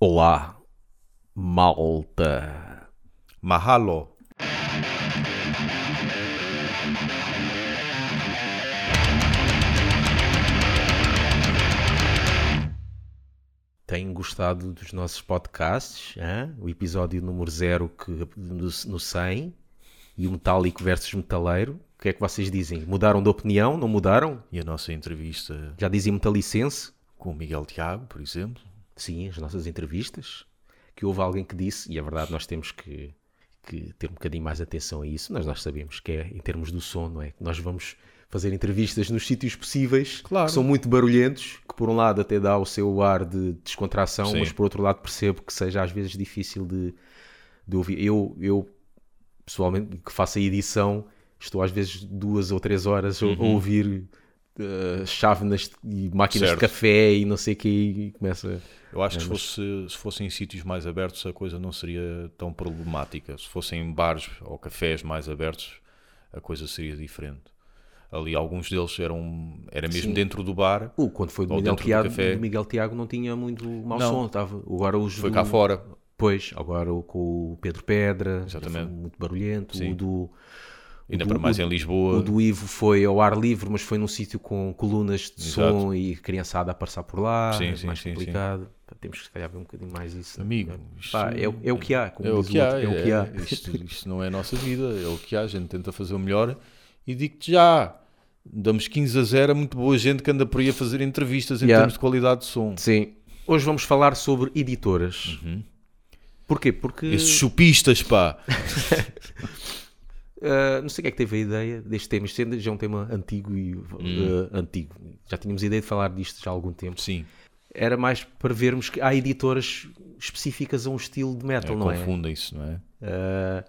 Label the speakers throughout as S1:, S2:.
S1: Olá, malta.
S2: Mahalo.
S1: Têm gostado dos nossos podcasts? hã? O episódio número 0 que, no, no 100 e o Metálico versus Metaleiro. O que é que vocês dizem? Mudaram de opinião? Não mudaram?
S2: E a nossa entrevista
S1: Já dizem metalicense?
S2: com o Miguel Tiago, por exemplo.
S1: Sim, as nossas entrevistas. Que houve alguém que disse, e é verdade, nós temos que, que ter um bocadinho mais atenção a isso, mas nós sabemos que é em termos do som, não é? Que nós vamos fazer entrevistas nos sítios possíveis,
S2: Claro.
S1: que são muito barulhentos, que por um lado até dá o seu ar de descontração,
S2: Sim.
S1: mas por outro lado percebo que seja às vezes difícil de, de ouvir. Eu, eu, pessoalmente, que faço a edição, estou às vezes duas ou três horas a- a
S2: Uhum.
S1: ouvir... eh, chávenas e máquinas
S2: Certo.
S1: de café e não sei o que e começa
S2: Eu acho que se, fosse, se fossem em sítios mais abertos a coisa não seria tão problemática. Se fossem em bares ou cafés mais abertos, a coisa seria diferente. Ali alguns deles eram era mesmo
S1: Sim.
S2: dentro do bar,
S1: Uh, quando foi do
S2: Ou
S1: Miguel,
S2: dentro do
S1: Tiago,
S2: café.
S1: do Miguel Tiago não tinha muito mau
S2: Não.
S1: som. Tava, agora os
S2: foi
S1: do-
S2: cá fora.
S1: Pois, agora o com o Pedro Pedra,
S2: Exatamente.
S1: foi muito barulhento.
S2: Sim.
S1: O do,
S2: Ainda
S1: do-
S2: para mais
S1: o-
S2: em
S1: o
S2: Lisboa.
S1: do Ivo foi ao ar livre, mas foi num sítio com colunas de
S2: Exato.
S1: som e criançada a passar por lá.
S2: Sim,
S1: é
S2: sim,
S1: mais
S2: sim, sim.
S1: complicado. Temos que se calhar ver um bocadinho mais isso.
S2: Amigo,
S1: Pá,
S2: isto-
S1: é, o- é o que há, como
S2: É o
S1: diz
S2: que
S1: outro,
S2: há,
S1: é o que há.
S2: Isto, isto não é a nossa vida, é o que há, a gente tenta fazer o melhor e digo-te já, damos 15 a 0 a muito boa gente que anda por aí a fazer entrevistas em
S1: Yeah.
S2: termos de qualidade de som.
S1: Sim. Hoje vamos falar sobre editoras.
S2: Uhum.
S1: Porquê? Porque
S2: Esses chupistas, pá!
S1: Uh, não sei quem é que teve a ideia deste tema. Este tema já é um tema antigo e uh, antigo. Já tínhamos ideia de falar disto já há algum tempo.
S2: Sim,
S1: Era mais para vermos que há editoras específicas a um estilo de metal, não é?
S2: confunda isso, não é?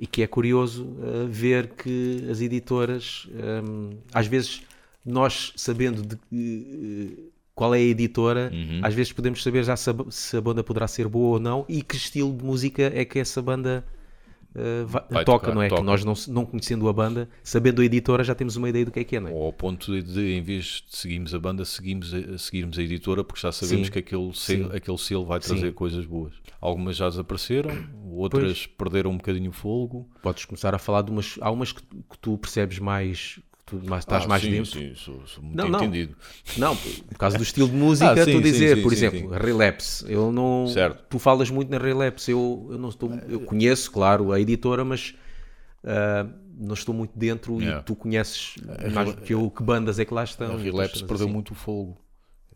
S1: E que é curioso uh, ver que as editoras, um, às vezes, nós sabendo de uh, qual é a editora,
S2: Uhum.
S1: às vezes podemos saber já se a, ba- se a banda poderá ser boa ou não e que estilo de música é que essa banda uh, va-
S2: Vai
S1: toca,
S2: tocar,
S1: não é?
S2: toca.
S1: Que nós, não, se- não conhecendo a banda, sabendo a editora, já temos uma ideia do que é que é, não é?
S2: Ou ao ponto de, de, em vez de seguirmos a banda, seguimos a, seguirmos a editora, porque já sabemos
S1: Sim.
S2: que aquele selo, aquele selo vai trazer coisas boas. Algumas já desapareceram, outras perderam um bocadinho o fogo.
S1: Podes começar a falar de umas. Há umas que, tu- que tu percebes mais, que tu mais, estás
S2: Ah,
S1: mais
S2: sim,
S1: dentro.
S2: Sim, sou, sou muito
S1: Não, não.
S2: entendido.
S1: Não, por por causa do estilo de música,
S2: Ah, sim,
S1: estou a
S2: sim,
S1: dizer,
S2: sim,
S1: por
S2: sim,
S1: exemplo, Relapse. Eu não.
S2: Certo.
S1: Tu falas muito na Relapse. Eu, eu não estou. Eu conheço, claro, a editora, mas ah, não estou muito dentro
S2: Yeah.
S1: e tu conheces mais do que eu que bandas é que lá estão.
S2: A
S1: e
S2: Relapse
S1: coisas
S2: perdeu
S1: assim.
S2: muito o fogo,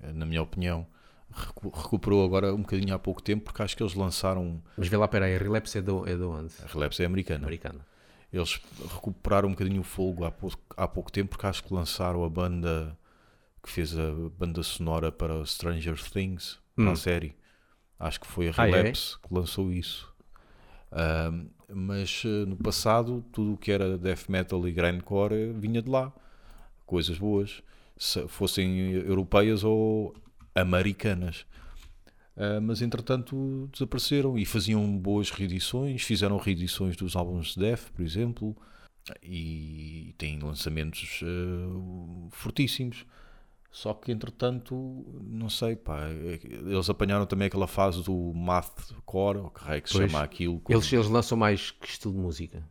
S2: eh, na minha opinião. Recu- Recuperou agora um bocadinho há pouco tempo, porque acho que eles lançaram.
S1: assim. Mas vê lá, peraí, a Relapse é do, é de onde?
S2: A Relapse é americana.
S1: Americana.
S2: Eles recuperaram um bocadinho o fogo há pouco, há pouco tempo, porque acho que lançaram a banda que fez a banda sonora para o Stranger Things, para a série. Acho que foi a
S1: Hum. Ah, é?
S2: Relapse que lançou isso. Ahm, mas eh, no passado, tudo o que era death metal e grindcore eh, vinha de lá. Coisas boas, se fossem europeias ou americanas. Ah, mas entretanto desapareceram e faziam boas reedições, fizeram reedições dos álbuns de Def, por exemplo, e têm lançamentos ah, fortíssimos. Só que entretanto, não sei, pá, é eles apanharam também aquela fase do mathcore, ou que raio que se
S1: Pois.
S2: chama aquilo. com-
S1: Eles, eles lançam mais que estilo de música.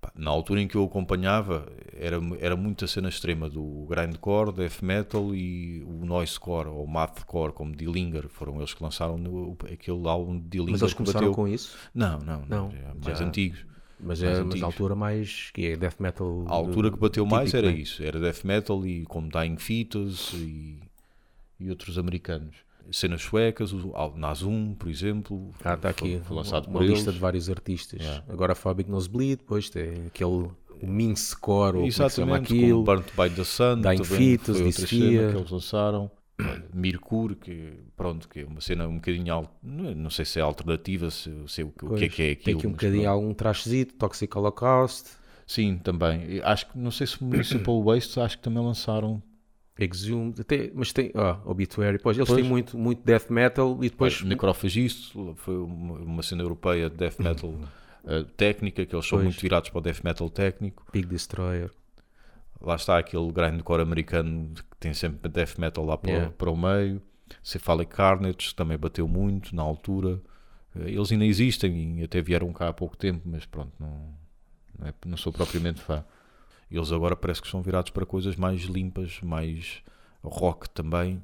S2: pá, na altura em que eu acompanhava, era, era muito a cena extrema do grindcore, death metal e o noisecore, ou mathcore, como Dillinger, foram eles que lançaram no- aquele álbum de Dillinger
S1: Mas eles
S2: que
S1: começaram
S2: bateu-
S1: com isso.
S2: Não, não,
S1: Não,
S2: não, já mais
S1: já-
S2: antigos.
S1: Mas,
S2: Mais
S1: é, mas
S2: antigos.
S1: a altura mais. que é death metal.
S2: A altura que bateu
S1: típico,
S2: mais era
S1: né?
S2: isso, era death metal e como Dying Fetus e, e outros americanos. Cenas suecas, o Al- Nazum, por exemplo,
S1: Ah, está aqui
S2: foi lançado
S1: uma
S2: por
S1: lista
S2: eles.
S1: de vários artistas. Agora Fabic Nosebleed, depois tem aquele Minsecore, ou como é que se chama
S2: Exatamente,
S1: aquilo.
S2: como Burnt by the Sun,
S1: Dying
S2: também
S1: Fetus,
S2: foi outra cena
S1: Dystopia.
S2: que eles lançaram. Mirkur, que pronto, que é uma cena um bocadinho, al- não não sei se é alternativa, se, se o, que- o que é que é aquilo.
S1: tem aqui um
S2: mas
S1: bocadinho algum trashezito, Toxic Holocaust,
S2: Sim, também. E Acho que não sei se Municipal Waste, acho que também lançaram.
S1: Exhumed, até, mas tem ah, Obituary, pois eles
S2: Pois.
S1: têm muito, muito death metal e depois
S2: Pois, Necrofagisto foi uma, uma cena europeia de death metal eh, técnica, que eles são
S1: Uhum. Pois.
S2: muito virados para o death metal técnico.
S1: Big Destroyer.
S2: Lá está aquele grande cor americano que tem sempre death metal lá para, o-
S1: Yeah.
S2: para o meio. Cephalic Carnage também bateu muito na altura. Eh, Eles ainda existem e até vieram cá há pouco tempo, mas pronto, não, não, é- não sou propriamente fã. Eles agora parece que estão virados para coisas mais limpas, mais rock também.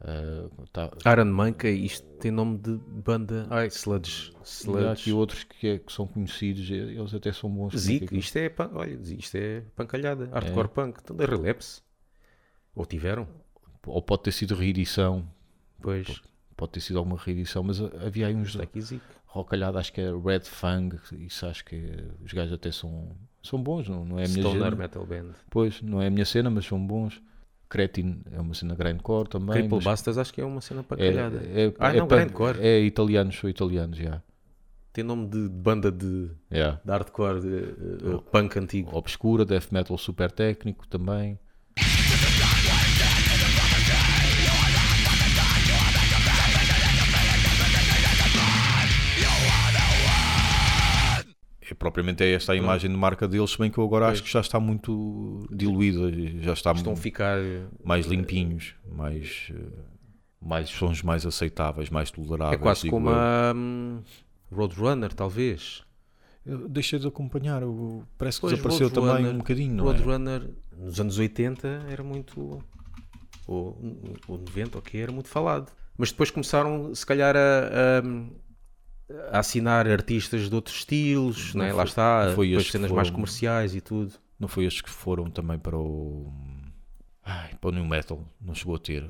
S2: Eh, tá-
S1: Iron Monkey, isto tem nome de banda. Ai, Sludge.
S2: e há aqui
S1: Sludge.
S2: outros que, é- que são conhecidos, e- eles até são bons. como é que é
S1: Zico,
S2: que-
S1: isto é, pan- olha, isto é pancalhada. Hardcore punk. Então, da relapse. Ou tiveram?
S2: Ou pode ter sido reedição,
S1: Pois,
S2: pode ter sido alguma reedição, mas ah, havia aí uns
S1: está aqui Zico.
S2: rocalhada, acho que é Red Fang, isso acho que eh, os gajos até são, são bons, não, não é a minha
S1: Stoner
S2: cena.
S1: Metal Band.
S2: Pois, não é a minha cena, mas são bons. Cretin é uma cena grindcore também.
S1: Cripple
S2: mas
S1: Bastards acho que é uma cena
S2: é,
S1: pancalhada.
S2: é,
S1: Ah,
S2: é
S1: não,
S2: punk,
S1: grindcore.
S2: É italianos, são italianos, já.
S1: Tem nome de banda de,
S2: Yeah.
S1: de hardcore de, eh, eh, punk antigo.
S2: Obscura, death metal super técnico também. É propriamente é esta a imagem de marca deles, se bem que eu agora acho que já está muito diluída, já está
S1: Estão a
S2: mu-
S1: ficar. eh,
S2: mais limpinhos, mais, eh, mais sons mais aceitáveis, mais
S1: É
S2: toleráveis.
S1: quase
S2: digo
S1: como
S2: eu.
S1: a hum, Roadrunner, talvez.
S2: Eu deixei de acompanhar, eu- parece que
S1: Pois,
S2: desapareceu também
S1: Roadrunner-
S2: um bocadinho, não é?
S1: Roadrunner nos anos 80 era muito. Ou, ou 90, ok, era muito falado. Mas depois começaram, se calhar, a, hum, a- a assinar artistas de outros estilos,
S2: Não
S1: né?
S2: foi-
S1: lá está,
S2: não foi
S1: depois
S2: este que
S1: cenas mais
S2: foram-
S1: comerciais e tudo.
S2: Não foi estes que foram também para o. Ai, para o New Metal, não chegou a ter.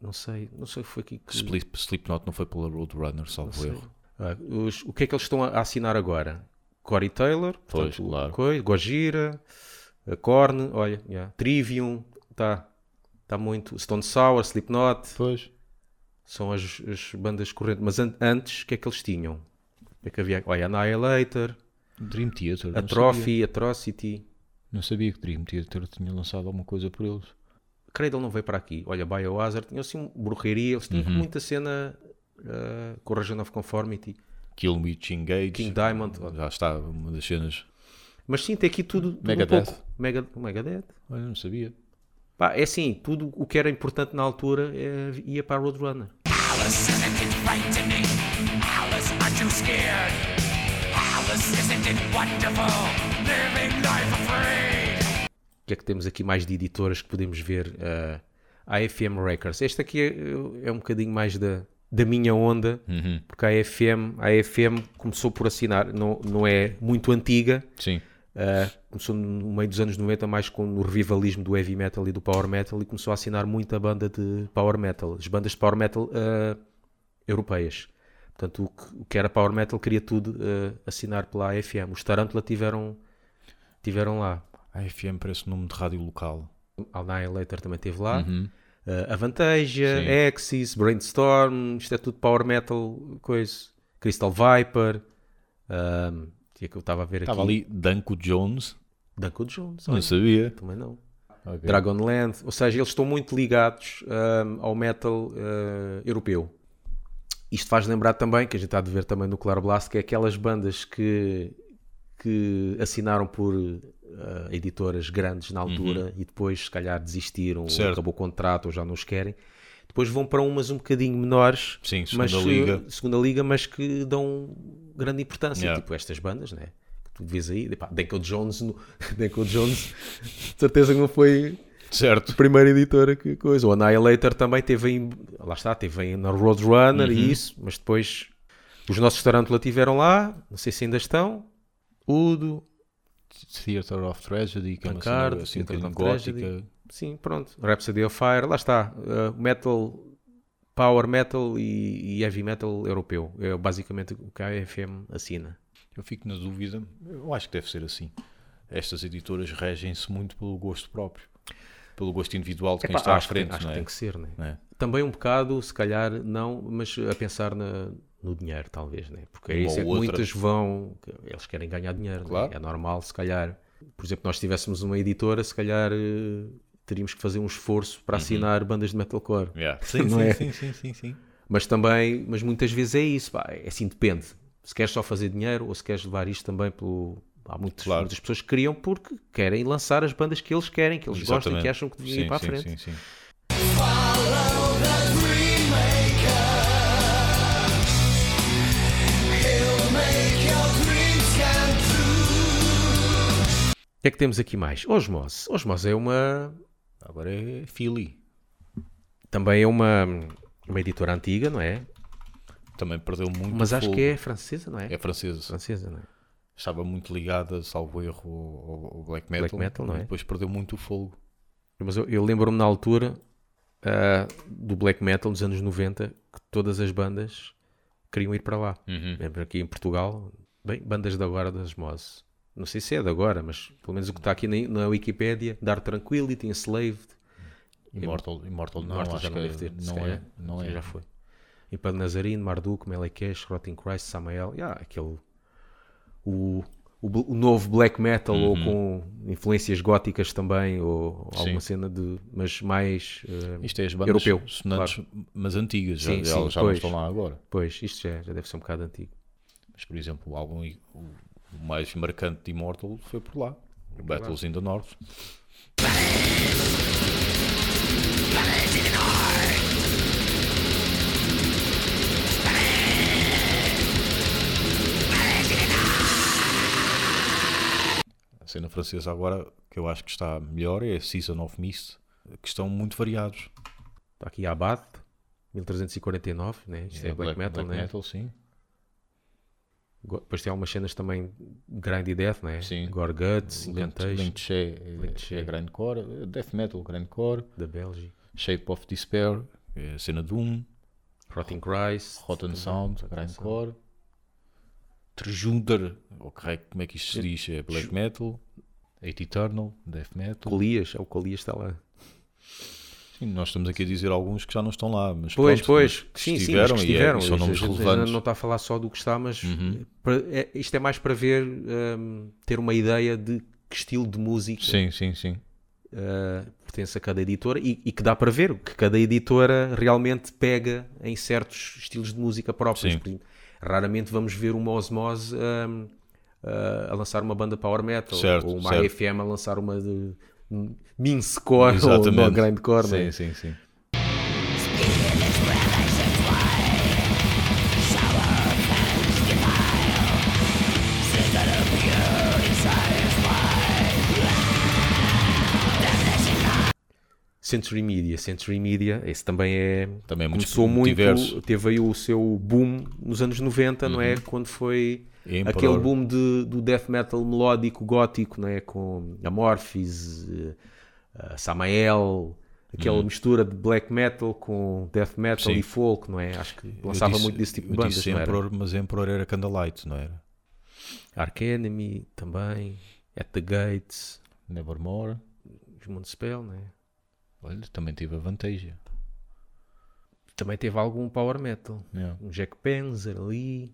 S1: Não sei, não sei, foi aqui que.
S2: Sleep, Slipknot não foi pela Roadrunner, salvo erro.
S1: Ah, os- o que é que eles estão a a assinar agora? Corey Taylor,
S2: Pois,
S1: portanto,
S2: claro.
S1: coi- Gojira, a Korn, olha, yeah. Trivium, está tá muito. Stone Sour, Slipknot,
S2: Pois.
S1: são as, as bandas correntes. Mas an- antes, o que é que eles tinham? O que é que havia? Olha, Annihilator,
S2: Dream Theater. não sabia.
S1: Atrophy, Atrocity.
S2: Não sabia que Dream Theater tinha lançado alguma coisa por eles.
S1: Cradle não veio para aqui. Olha, Biohazard, tinham assim borreria, eles
S2: Uhum.
S1: tinham muita cena. Uh, Corrosion of Conformity,
S2: Kill Me, Engage.
S1: King Diamond,
S2: Já está, uma das cenas.
S1: mas sim, tem aqui tudo, tudo um
S2: Megadeth.
S1: pouco. Mega, Megadeth,
S2: Olha, não sabia.
S1: Pá, é assim, tudo o que era importante na altura é, ia para a Roadrunner.
S3: Alice isn't it frightening? Alice, aren't you scared? Alice, isn't it wonderful? Living life afraid.
S1: O que é que temos aqui mais de editoras que podemos ver? Eh, a FM Records. Esta aqui é, é um bocadinho mais da, da minha onda, porque a FM, a FM começou por assinar, não, não é muito antiga,
S2: Sim.
S1: eh, começou no meio dos anos 90, mais com o revivalismo do heavy metal e do power metal, e começou a assinar muita banda de power metal, as bandas de power metal eh, europeias. Portanto, o que, o que era power metal queria tudo eh, assinar pela AFM. Os Tarantula tiveram, tiveram lá.
S2: A FM parece o nome de rádio local.
S1: Annihilator também teve lá. Eh, Avantasia,
S2: Uhum. Sim.
S1: Axis, Brainstorm, isto é tudo power metal, coisa. Crystal Viper, ahm, o que é que eu estava a ver
S2: Estava
S1: aqui?
S2: ali Uhum. Danko Jones.
S1: Duncan Jones,
S2: Não
S1: olha,
S2: sabia.
S1: também não.
S2: Ok.
S1: Dragonland, ou seja, eles estão muito ligados hum, ao metal eh, europeu. Isto faz lembrar também, que a gente está a ver também no Claro Blast, que é aquelas bandas que, que assinaram por eh, editoras grandes na altura e depois, se calhar, desistiram, ou
S2: Certo.
S1: acabou o contrato, ou já não os querem. Depois vão para umas um bocadinho menores,
S2: Sim, segunda
S1: mas,
S2: liga.
S1: eh, segunda liga, mas que dão grande importância,
S2: Yeah.
S1: tipo estas bandas, né? Que tu vês aí, epá, Danko Jones, no- Danko Jones, de certeza que não foi
S2: Certo.
S1: primeira editora que coisa. O Annihilator também teve em, lá está, teve em, na Roadrunner e
S2: Uhum.
S1: isso, mas depois os nossos Tarantula tiveram lá, não sei se ainda estão. Udo,
S2: Theater of Tragedy, que é uma
S1: Pancard,
S2: cena assim um
S1: Theater
S2: bocadinho
S1: of Tragedy.
S2: gótica.
S1: sim, pronto. Rhapsody of Fire, lá está. Uh, metal, power metal e, e heavy metal europeu. É basicamente o que a FM assina.
S2: Eu fico na dúvida, eu acho que deve ser assim. Estas editoras regem-se muito pelo gosto próprio, pelo gosto individual de quem
S1: Epá,
S2: está à
S1: acho que tem-
S2: frente,
S1: acho
S2: não
S1: que
S2: é?
S1: tem que ser, né?
S2: Não é?
S1: Também um bocado, se calhar, não, mas a pensar na- no dinheiro, talvez, né? Porque é
S2: Uma
S1: isso é que
S2: ou outra.
S1: muitas vão, que eles querem ganhar dinheiro, né?
S2: Claro.
S1: é normal, se calhar. Por exemplo, nós tivéssemos uma editora, se calhar eh, teríamos que fazer um esforço para assinar bandas de metalcore.
S2: Uhum. Yeah. Sim,
S1: Não
S2: sim,
S1: é?
S2: sim, sim, sim, sim.
S1: Mas também, mas muitas vezes é isso, pá, é assim, depende. Se queres só fazer dinheiro ou se queres levar isto também pelo. Há muitas,
S2: Claro.
S1: muitas pessoas que criam porque querem lançar as bandas que eles querem, que eles gostam e que acham que deviam ir
S2: Sim,
S1: para a
S2: sim,
S1: frente.
S2: sim, sim.
S3: Follow the dream.
S1: que é que temos aqui mais? Osmose. Osmose é uma.
S2: Agora é Philly.
S1: Também é uma, uma editora antiga, não é?
S2: Também perdeu muito.
S1: Mas acho
S2: fogo.
S1: que é francesa, não é?
S2: É francesa.
S1: Francesa, não é?
S2: Estava muito ligada, salvo erro, ao, ao black metal.
S1: Black metal, não
S2: e
S1: é?
S2: Depois perdeu muito o fogo.
S1: Mas eu, eu lembro-me na altura ah, do black metal dos anos 90 que todas as bandas queriam ir para lá.
S2: Uhum.
S1: Lembro aqui em Portugal, bem, bandas de agora das Osmose. Não sei se é de agora, mas pelo menos o que está aqui na, na Wikipédia, Dark Tranquility, Enslaved,
S2: Immortal, Immortal não,
S1: Mortal
S2: acho
S1: já não
S2: que
S1: deve ter, se
S2: não é.
S1: calhar.
S2: Não
S1: Se
S2: é.
S1: Já foi. Impano Nazarino, Marduk, Melekesh, Rotting Christ, Samael. Yeah, aquele. O, o, bl- o novo black metal, ou
S2: Uhum.
S1: com influências góticas também, ou alguma cena de. Mas mais. eh,
S2: Isto é as bandas
S1: Europeu,
S2: sonantes, mas antigas, já,
S1: Sim,
S2: já,
S1: sim,
S2: já não
S1: pois.
S2: estão lá agora.
S1: pois, isto já, já deve ser um bocado antigo.
S2: Mas, por exemplo, o álbum i- o o mais marcante de Immortal foi por lá. O Battles in the North. A cena francesa agora, que eu acho que está melhor, é Season of Mist, que estão muito variados.
S1: Está aqui Abad, 1349, né? isto é, black, metal, né?
S2: metal, sim.
S1: Go- Depois tem algumas cenas também grind e death, né?
S2: Sim.
S1: Gore Guts, Incantation,
S2: Linché é, é
S1: Linché.
S2: grindcore, death metal, grindcore,
S1: da Bélgica,
S2: Shape of Despair, é, cena Doom,
S1: Rotting Christ,
S2: Rotten Sound, grindcore, Trejunder, ou que é- como é que isto se diz, é black metal, Eight Eternal, death metal.
S1: Colias, é o Colias está lá.
S2: Sim, nós estamos aqui a dizer alguns que já não estão lá, mas
S1: Pois,
S2: pronto,
S1: pois.
S2: mas que
S1: Sim, sim,
S2: estiveram
S1: mas que
S2: e é-
S1: estiveram.
S2: e são nomes
S1: Isto- isto
S2: relevantes. Uhum.
S1: Não está a falar só do que está, mas para- é- isto é mais para ver, hum, ter uma ideia de que estilo de música
S2: Sim, sim, sim.
S1: ah, pertence a cada editora e, e que dá para ver que cada editora realmente pega em certos estilos de música próprios.
S2: Sim.
S1: Por exemplo, Raramente vamos ver uma Osmose hum, ah, a lançar uma banda power metal
S2: Certo,
S1: ou uma
S2: certo.
S1: AFM a lançar uma de hum, mincecore ou
S2: Exatamente.
S1: grindcore. não é?
S2: Sim, sim, sim.
S1: Century Media, Century Media, esse também é.
S2: Também é muito
S1: começou muito.
S2: diverso.
S1: Teve aí o seu boom nos anos 90, não é? Quando foi
S2: Uhum. É Emperor.
S1: aquele boom de- do death metal melódico gótico, não é? Com Amorphis, eh, eh, Samael, aquela mistura de black metal com death metal
S2: Uhum. Sim.
S1: e folk, não é? Acho que
S2: Eu
S1: lançava
S2: disse-
S1: muito desse tipo de
S2: eu
S1: bandas,
S2: disse
S1: não era?
S2: Emperor, mas Emperor era Candlelight, não era?
S1: Arch Enemy também, At the Gates,
S2: Nevermore.
S1: os Moonspell, não é?
S2: Olha, também tive a vantagem.
S1: Também teve algum power metal.
S2: Yeah.
S1: um Jack Panzer ali,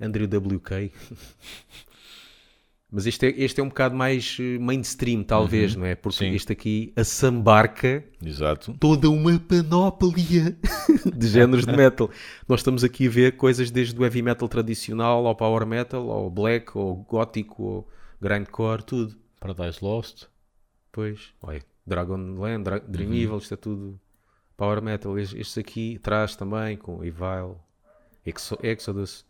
S1: Andrew WK. Mas este é, este é um bocado mais eh, mainstream, talvez, não é? Porque
S2: sim.
S1: este aqui assambarca
S2: Exato.
S1: toda uma panóplia de géneros de metal. Nós estamos aqui a ver coisas desde o heavy metal tradicional ao power metal, ao black, ao gótico, ao grindcore, tudo.
S2: Paradise Lost.
S1: Pois, olha, Dragonland, Dra Dream
S2: Uhum.
S1: Evil, isto é tudo power metal. Es- Estes aqui traz também com Evil, Exo- Exodus.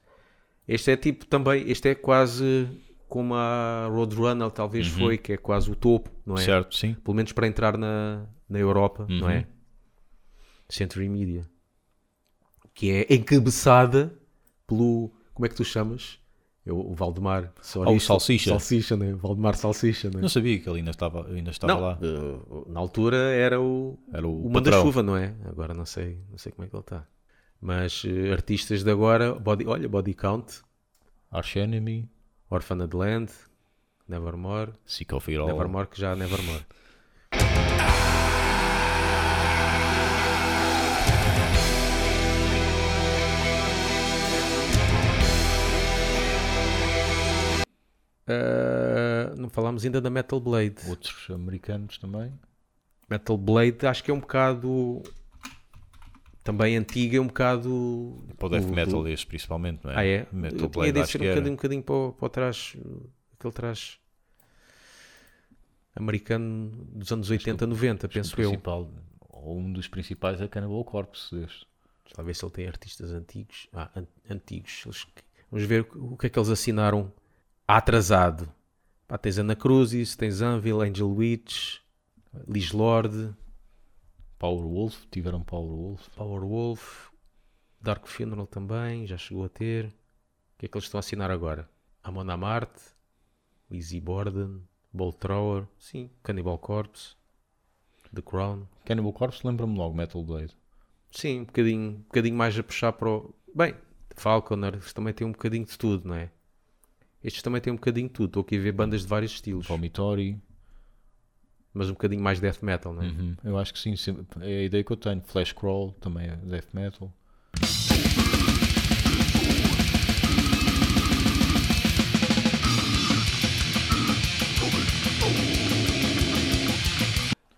S1: Este é tipo também, este é quase como a Roadrunner talvez foi, que é quase o topo, não é?
S2: Uhum. Certo, Uhum. sim.
S1: Pelo menos para entrar na, na Europa, não é? Century Media. Que é encabeçada pelo, como é que tu chamas? Eu, o Valdemar.
S2: Ah, o
S1: Sorista.
S2: Salsicha.
S1: Salsicha, né? Valdemar Salsicha, né?
S2: Não sabia que ele ainda estava, ainda estava
S1: Não,
S2: lá.
S1: eh, na altura era o,
S2: Era o
S1: o
S2: patrão.
S1: manda-chuva, não é? Agora não sei, não sei como é que ele está. Mas eh, artistas de agora, body, olha, Body Count,
S2: Arch Enemy,
S1: Orphaned Land, Nevermore,
S2: Sick of It All.
S1: Nevermore que já é Nevermore. Eh, não falámos ainda da Metal Blade.
S2: Outros americanos também.
S1: Metal Blade acho que é um bocado também antiga, é um bocado.
S2: Para o Death
S1: do-
S2: Metal
S1: do-
S2: este principalmente, não é?
S1: Ah, é? Eu
S2: Metal
S1: tinha
S2: Blade
S1: de
S2: acho
S1: ser
S2: que
S1: um
S2: era.
S1: bocadinho, um bocadinho para, o- para o trás, aquele trás americano dos anos 80, 90, penso eu. é
S2: principal, ou um dos principais é Cannibal Corpse deste.
S1: Talvez se ele tem artistas antigos. Ah, an- antigos. Eles- Vamos ver o que é que eles assinaram atrasado. Pá, Pá, tens Ana Cruzis, tens Anvil, Angel Witch, Liz Lord,
S2: Powerwolf, tiveram Powerwolf.
S1: Powerwolf, Dark Funeral também, já chegou a ter. O que é que eles estão a assinar agora? Amon Amart, Lizzie Borden, Boltrower, sim, Cannibal Corpse, The Crown.
S2: Cannibal Corpse lembra-me logo Metal Blade.
S1: Sim, um bocadinho, um bocadinho mais a puxar para o. Bem, Falconer, eles também têm um bocadinho de tudo, não é? Estes também têm um bocadinho de tudo. Estou aqui a ver bandas de vários estilos,
S2: Vomitory.
S1: mas um bocadinho mais death metal, não é?
S2: Uhum, Eu acho que sim, sim, é a ideia que eu tenho. Flash Crawl também é death metal.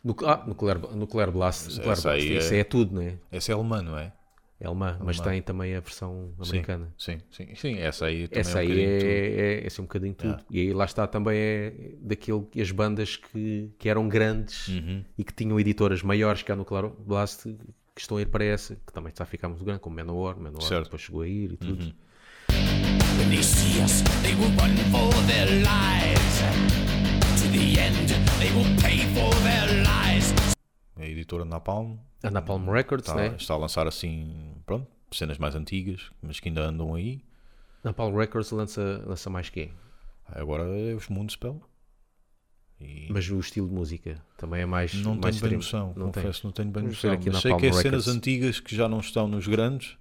S1: Nu- ah, nuclear, nuclear Blast. Nuclear Blast.
S2: essa aí
S1: Isso
S2: é-
S1: é... tudo, não é?
S2: Essa é alemã, não é?
S1: É alemã, mas tem também a versão americana.
S2: Sim, sim, sim. sim, Essa aí também
S1: Essa
S2: é um
S1: aí
S2: bocadinho
S1: é,
S2: tudo.
S1: é, é assim um bocadinho tudo. E aí lá está também é daquilo que as bandas que, que eram grandes
S2: Uhum.
S1: e que tinham editoras maiores que a Nuclear Blast que estão a ir para essa, que também está a ficar muito grande, como Manowar, Manowar
S2: Certo. Uhum.
S1: depois chegou a ir e tudo.
S3: When they see us, they will run for their lives. To the end, they will pay for their lies.
S2: A editora Napalm
S1: A Napalm Records,
S2: está,
S1: né?
S2: está a lançar assim, pronto, cenas mais antigas, mas que ainda andam aí.
S1: Napalm Records lança, lança mais quê?
S2: Agora é os Moonspell. E
S1: Mas o estilo de música também é mais.
S2: não tenho
S1: mais extremo.
S2: bem noção,
S1: Não tem.
S2: confesso, não tenho bem
S1: Vamos ver
S2: noção.
S1: aqui
S2: Mas
S1: na
S2: sei que
S1: Palm
S2: é cenas
S1: Records.
S2: antigas que já não estão nos grandes.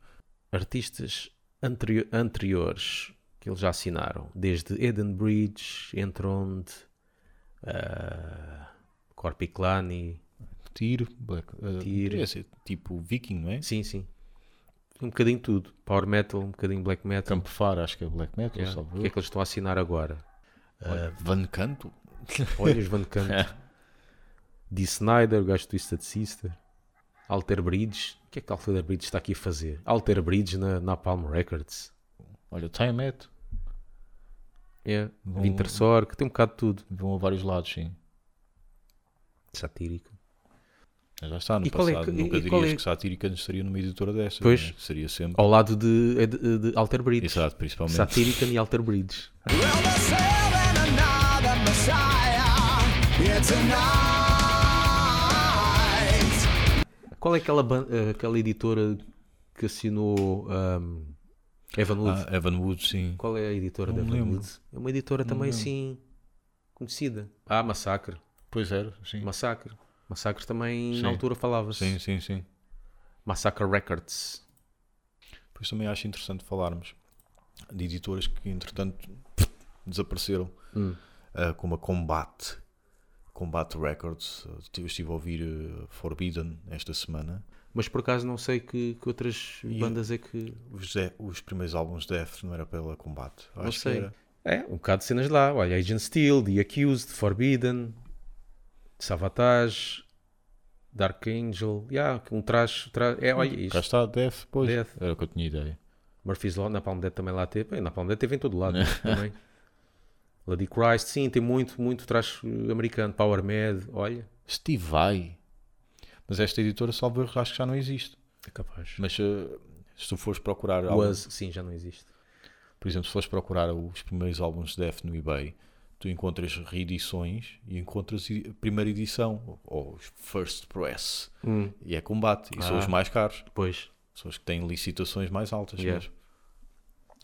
S1: artistas anterio- anteriores que eles já assinaram, desde Eden Bridge, Entrond, uh, Corpiclani,
S2: Tyr, Black, eh,
S1: Tyr.
S2: é assim, tipo Viking, não é?
S1: sim, sim, um bocadinho tudo, power metal, um bocadinho black metal,
S2: Campefar, acho que é Black Metal,
S1: Yeah.
S2: salvo
S1: o que é que eles estão a assinar agora?
S2: eu. Olha, Van Canto?
S1: Olha os Van Kant, Dee Snyder, o gajo do Twisted Sister, Alter Bridge, o que é que Alter Bridge está aqui a fazer? Alter Bridge na, na Palm Records,
S2: Olha, Time At,
S1: yeah. É. Winter Sorg, tem um bocado de tudo,
S2: vão a vários lados, sim.
S1: satírico.
S2: Mas Já está, no
S1: E qual é
S2: passado
S1: que-
S2: nunca
S1: e qual
S2: dirias
S1: é-
S2: que Satírica estaria numa editora dessas.
S1: Pois. Oh,
S2: não é? Seria sempre.
S1: ao lado de, é de, de Alter Bridge.
S2: Exato, principalmente.
S1: Satírica e Alter Bridge.
S3: Well, the and another messiah here tonight.
S1: Qual é aquela, ban- eh, aquela editora que assinou ahm, Evan Wood?
S2: Ah, Evan Wood, sim.
S1: Qual é a editora
S2: não
S1: da
S2: me
S1: Evan
S2: lembro.
S1: Wood? É uma editora também assim conhecida. Ah, Massacre.
S2: Pois era, sim.
S1: Massacre. Massacre também
S2: Sim.
S1: na altura falava-se.
S2: Sim, sim, sim.
S1: Massacre Records.
S2: Pois também acho interessante falarmos de editoras que, entretanto, desapareceram,
S1: Hum.
S2: Ah, como a Combat, Combat Records. Eu estive a ouvir eh, Forbidden esta semana.
S1: Mas por acaso não sei que, que outras bandas é que.
S2: Os, de- os primeiros álbuns de Death não era pela Combat. Acho
S1: Não
S2: que
S1: sei.
S2: era.
S1: É, um bocado de cenas lá. Olha, Agent Steel, The Accused, Forbidden, Savatage, Dark Angel. Yeah, um traje. tra- É, olha
S2: Cá
S1: isto.
S2: está, Death, pois.
S1: Death.
S2: Era o que eu tinha ideia.
S1: Murphy's Law, Napalm Death também lá teve. Bem, Napalm Death teve em todo lado também. Lady Christ, sim, tem muito, muito traje americano. Power Mad, olha.
S2: Steve Vai. Mas esta editora, salvo erro, acho que já não existe.
S1: É capaz.
S2: Mas eh, se tu fores procurar algo-
S1: Was, sim, já não existe.
S2: Por exemplo, se fores procurar os primeiros álbuns de Death no eBay, tu encontras reedições e encontras i- primeira edição, ou os first press,
S1: Hum.
S2: e é combate, e
S1: Ah.
S2: são os mais caros,
S1: Pois.
S2: são os que têm licitações mais altas
S1: Yeah.
S2: mesmo.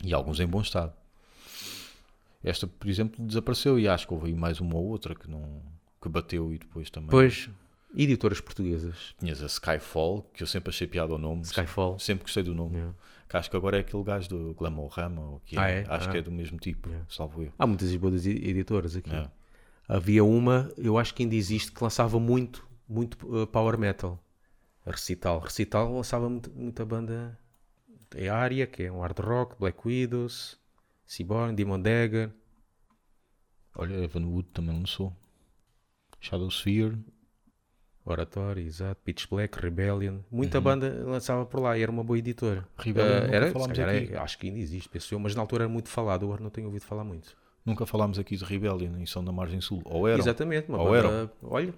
S2: E alguns em bom estado. Esta, por exemplo, desapareceu e acho que houve aí mais uma ou outra que não que bateu e depois também.
S1: Pois. Editoras portuguesas.
S2: Tinhas a Skyfall, que eu sempre achei piada ao nome.
S1: Skyfall.
S2: Sempre gostei do nome.
S1: Yeah.
S2: Que acho que agora é aquele gajo do Glamour Rama, ou o que é.
S1: Ah, é?
S2: Acho
S1: Ah.
S2: que é do mesmo tipo, salvo eu.
S1: Há muitas boas e- editoras aqui.
S2: É.
S1: Havia uma, eu acho que ainda existe, que lançava muito, muito eh, power metal. A Recital. Recital lançava muito, muita banda. É a área, que é um hard rock, Black Widows, Seaborn, Demon Dagger.
S2: Olha, Evan Wood também lançou. Shadow Sphere.
S1: Oratório, exato, Pitch Black, Rebellion, muita banda lançava por lá e era uma boa editora.
S2: Uhum. Rebellion
S1: Eh,
S2: nunca
S1: era, se
S2: falámos
S1: calhar
S2: aqui.
S1: é- acho que ainda existe, penso eu, mas na altura era muito falado, agora não tenho ouvido falar muito.
S2: Nunca falámos aqui de Rebellion e são da Margem Sul. Ou eram.
S1: Exatamente, uma
S2: Ou
S1: banda.
S2: eram.
S1: Olha,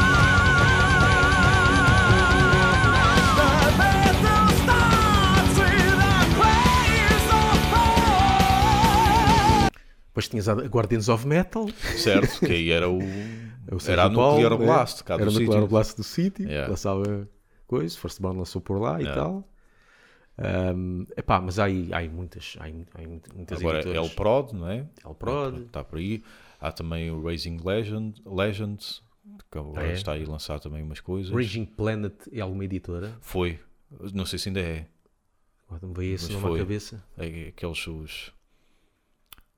S3: The battle starts with a praise of
S1: tinhas a Guardians of Metal,
S2: Certo, que aí era o.
S1: É o Sérgio
S2: era a Nuclear
S1: Paulo, é?
S2: Blast, cá do
S1: era o
S2: sítio.
S1: Nuclear Blast do sítio,
S2: Yeah.
S1: lançava coisas, Firstborn lançou por lá e
S2: Yeah.
S1: tal. Ahm, epá, mas há aí, há aí muitas, há aí, mu- há aí mu- muitas
S2: Agora é
S1: editoras.
S2: o Prod, não é?
S1: El Prod.
S2: Está por aí. Há também o Raising Legend, Legends, que agora
S1: Ah, é?
S2: está aí a lançar também umas coisas.
S1: Raging Planet é alguma editora?
S2: Foi. Não sei se ainda é.
S1: Agora me veio esse
S2: Mas
S1: nome à
S2: foi.
S1: cabeça.
S2: É- Aqueles os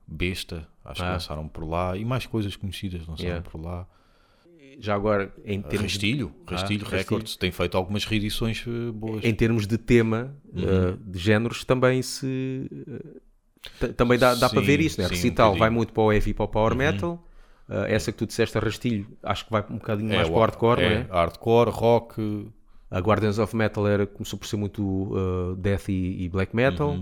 S2: Besta, acho que
S1: Ah.
S2: lançaram por lá. E mais coisas conhecidas lançaram
S1: Yeah.
S2: por lá.
S1: Já agora, em termos de
S2: Rastilho, Rastilho
S1: Ah, Rastilho.
S2: Records, tem feito algumas reedições eh, boas.
S1: em termos de tema, eh, de géneros, também se. eh, t- também dá, dá para
S2: Sim,
S1: ver isso, né?
S2: sim, um
S1: Recital vai
S2: bocadinho.
S1: muito para o heavy e para o power metal. Eh, essa que tu disseste, a Rastilho, acho que vai um bocadinho mais
S2: o
S1: para o hardcore, não
S2: é,
S1: é?
S2: Hardcore, rock,
S1: A Guardians of Metal era, começou por ser muito eh, death e, e black metal.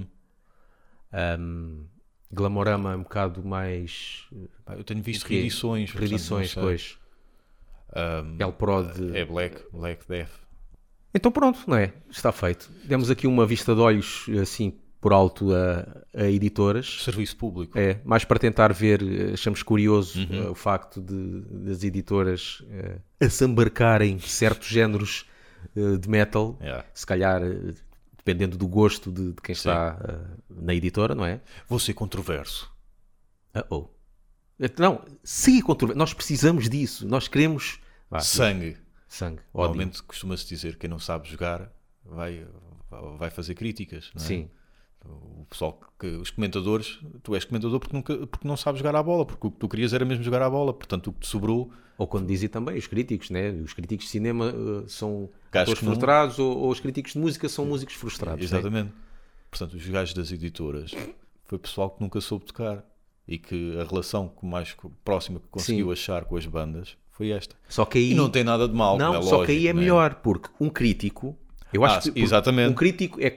S1: Um, Glamorama é um bocado mais
S2: Pá, Eu tenho visto
S1: quê?
S2: reedições. portanto,
S1: redições,
S2: não sei.
S1: pois. El Pro de...
S2: É Black, Black Death.
S1: Então pronto, não é? Está feito. Demos aqui uma vista de olhos, assim, por alto a, a editoras.
S2: Serviço público.
S1: É, mais para tentar ver, eh, achamos curioso
S2: Uhum.
S1: eh, o facto de, das editoras eh, assambarcarem certos géneros eh, de metal.
S2: Yeah.
S1: Se calhar, eh, dependendo do gosto de, de quem está eh, na editora, não é?
S2: Vou ser controverso.
S1: Ah, oh. Não, siga controverso. Nós precisamos disso. Nós queremos Vá,
S2: Sangue.
S1: sangue. ódio.
S2: Normalmente costuma-se dizer que quem não sabe jogar vai, vai fazer críticas. não é?
S1: Sim.
S2: O pessoal que, os comentadores, tu és comentador porque, nunca, porque não sabes jogar à bola, porque o que tu querias era mesmo jogar à bola, portanto o que te sobrou
S1: Ou quando dizem também os críticos, né? Os críticos de cinema eh, são
S2: Gajos
S1: atores
S2: que não-
S1: frustrados ou, ou os críticos de música são músicos frustrados. né?
S2: Exatamente. Portanto, os gajos das editoras foi pessoal que nunca soube tocar e que a relação que mais co- próxima que conseguiu
S1: Sim.
S2: achar com as bandas foi esta.
S1: Só que aí
S2: E, não tem nada de mal,
S1: Não,
S2: como é
S1: só que aí é
S2: lógico, né?
S1: melhor, porque um crítico, eu acho
S2: Ah,
S1: que porque
S2: exatamente.
S1: um crítico é,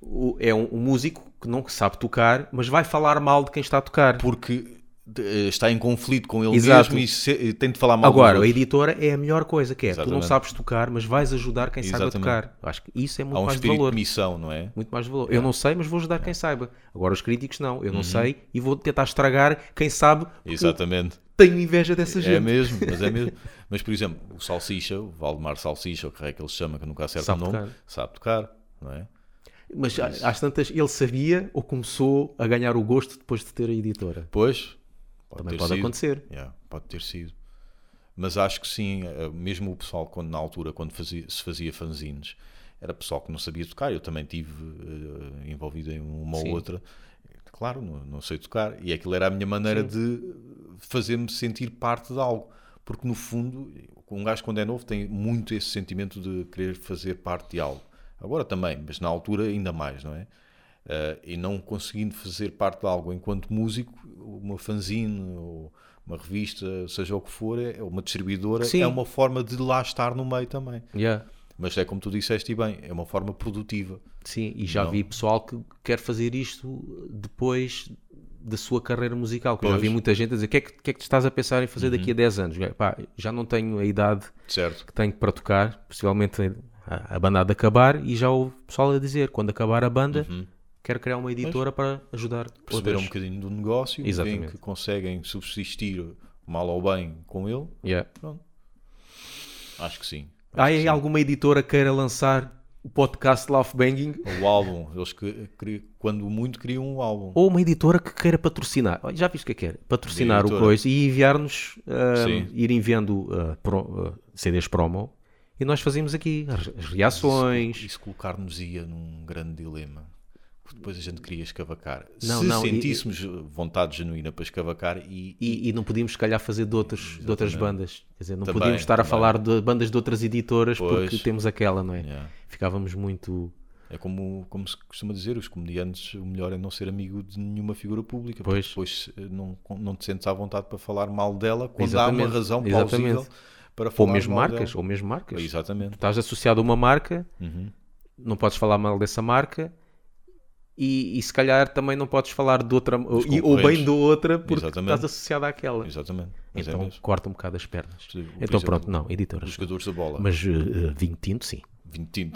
S1: o- é um, um músico que não sabe tocar, mas vai falar mal de quem está a tocar.
S2: Porque eh, está em conflito com ele
S1: Exato.
S2: mesmo e se- e tem de falar mal dos
S1: Agora, a
S2: outros.
S1: editora é a melhor coisa que é. Tu não
S2: Exatamente.
S1: sabes tocar, mas vais ajudar quem saiba
S2: Exatamente.
S1: tocar. Eu Acho que isso é muito
S2: há um
S1: mais de
S2: espírito
S1: valor.
S2: de missão, não é?
S1: Muito mais de valor. Eu não sei, mas vou ajudar quem saiba. Agora os críticos não,
S2: Uhum.
S1: eu não sei e vou tentar estragar quem sabe porque
S2: Exatamente.
S1: eu tenho inveja dessa
S2: É
S1: gente.
S2: mesmo, mas é mesmo. Mas, por exemplo, o Salsicha, o Valdemar Salsicha, o que é que ele se chama, que eu nunca acerta
S1: Sabe
S2: o nome,
S1: tocar.
S2: sabe tocar, não é?
S1: Mas a- às tantas ele sabia ou começou a ganhar o gosto depois de ter a editora.
S2: Pois, pode
S1: Também
S2: ter
S1: pode
S2: sido.
S1: acontecer.
S2: Yeah, pode ter sido. Mas acho que sim, eh, mesmo o pessoal, quando, na altura, quando fazia- se fazia fanzines, era pessoal que não sabia tocar. Eu também tive eh, envolvido em uma
S1: Sim.
S2: ou outra. Claro, não, não sei tocar. E aquilo era a minha maneira de fazer-me sentir parte de algo. Porque, no fundo, um gajo, quando é novo, tem muito esse sentimento de querer fazer parte de algo. Agora também, mas na altura ainda mais, não é? Eh, e não conseguindo fazer parte de algo enquanto músico, uma fanzine ou uma revista, seja o que for, é uma distribuidora,
S1: Sim.
S2: é uma forma de lá estar no meio também.
S1: Yeah.
S2: Mas é como tu disseste e bem, é uma forma produtiva.
S1: Sim, e já
S2: Não.
S1: vi pessoal que quer fazer isto depois da sua carreira musical. que eu já
S2: Pois. Uhum.
S1: vi muita gente a dizer: o que, é que, o que é que tu estás a pensar em fazer daqui a 10 anos? Pá, já não tenho a idade
S2: Certo.
S1: que tenho para tocar, possivelmente a, a banda há de acabar, e já o pessoal a dizer: quando acabar a banda, quero criar uma editora para ajudar
S2: Uhum. Perceber um
S1: outras.
S2: bocadinho do negócio,
S1: Exatamente.
S2: veem que conseguem subsistir mal ou bem com ele.
S1: Yeah.
S2: Pronto. Acho que sim.
S1: Há aí alguma editora queira lançar o podcast Love Banging?
S2: O álbum, eles que, cri- quando muito criam um álbum.
S1: Ou uma editora que queira patrocinar, Olha, já viste o que é que era? Patrocinar o
S2: Editora.
S1: coisa e enviar-nos, ah,
S2: Sim.
S1: ir enviando ah, pro- ah, CDs promo e nós fazemos aqui as- as reações.
S2: Isso colocar-nos-ia num grande dilema. porque Depois a gente queria escavacar.
S1: Não,
S2: Se
S1: não, e-
S2: sentíssemos vontade genuína para escavacar e,
S1: E, e não podíamos, se calhar, fazer de, outros, de outras bandas. Quer dizer, não
S2: Também,
S1: podíamos estar a
S2: também.
S1: falar de bandas de outras editoras
S2: Pois.
S1: porque temos aquela, não é?
S2: Yeah.
S1: Ficávamos muito.
S2: É como, como se costuma dizer, os comediantes, o melhor é não ser amigo de nenhuma figura pública,
S1: Pois.
S2: porque depois eh, não, não te sentes à vontade para falar mal dela quando há
S1: Exatamente,
S2: uma razão
S1: exatamente.
S2: plausível para
S1: Ou
S2: falar
S1: mesmo
S2: mal
S1: marcas,
S2: dela.
S1: ou mesmo marcas.
S2: Exatamente. uhum,
S1: Estás associado a uma marca, não podes falar mal dessa marca. E, e se calhar também não podes falar de outra ou, e- ou bem
S2: concorrentes.
S1: de outra porque
S2: Exatamente.
S1: estás associado àquela.
S2: Exatamente. Mas é
S1: Então
S2: mesmo.
S1: corta um bocado as pernas.
S2: Sim, por é
S1: então
S2: exemplo,
S1: pronto, não,
S2: Os
S1: editoras.
S2: jogadores da bola.
S1: Mas eh, eh, vinho tinto, sim.
S2: 20.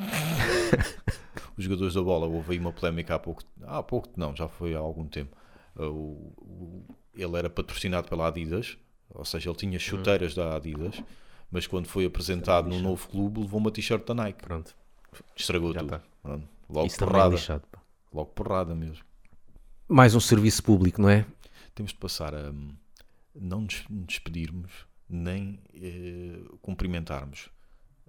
S2: Os jogadores da bola, houve aí uma polémica há pouco, há pouco não, já foi há algum tempo, uh, o- o- ele era patrocinado pela Adidas, ou seja, ele
S1: Hum.
S2: tinha chuteiras da Adidas, mas quando foi apresentado num novo clube, levou uma t-shirt da Nike.
S1: Pronto.
S2: Estragou tudo.
S1: tá.
S2: Pronto. Logo
S1: Isso também é
S2: porrada.
S1: lixado. pá.
S2: Logo porrada mesmo.
S1: Mais um serviço público, não é?
S2: Temos de passar a hum, não nos nos despedirmos, nem eh, cumprimentarmos.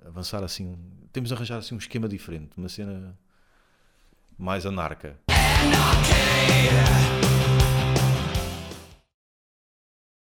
S2: Avançar assim. Temos de arranjar assim um esquema diferente, uma cena mais anarca.
S3: Anarchy.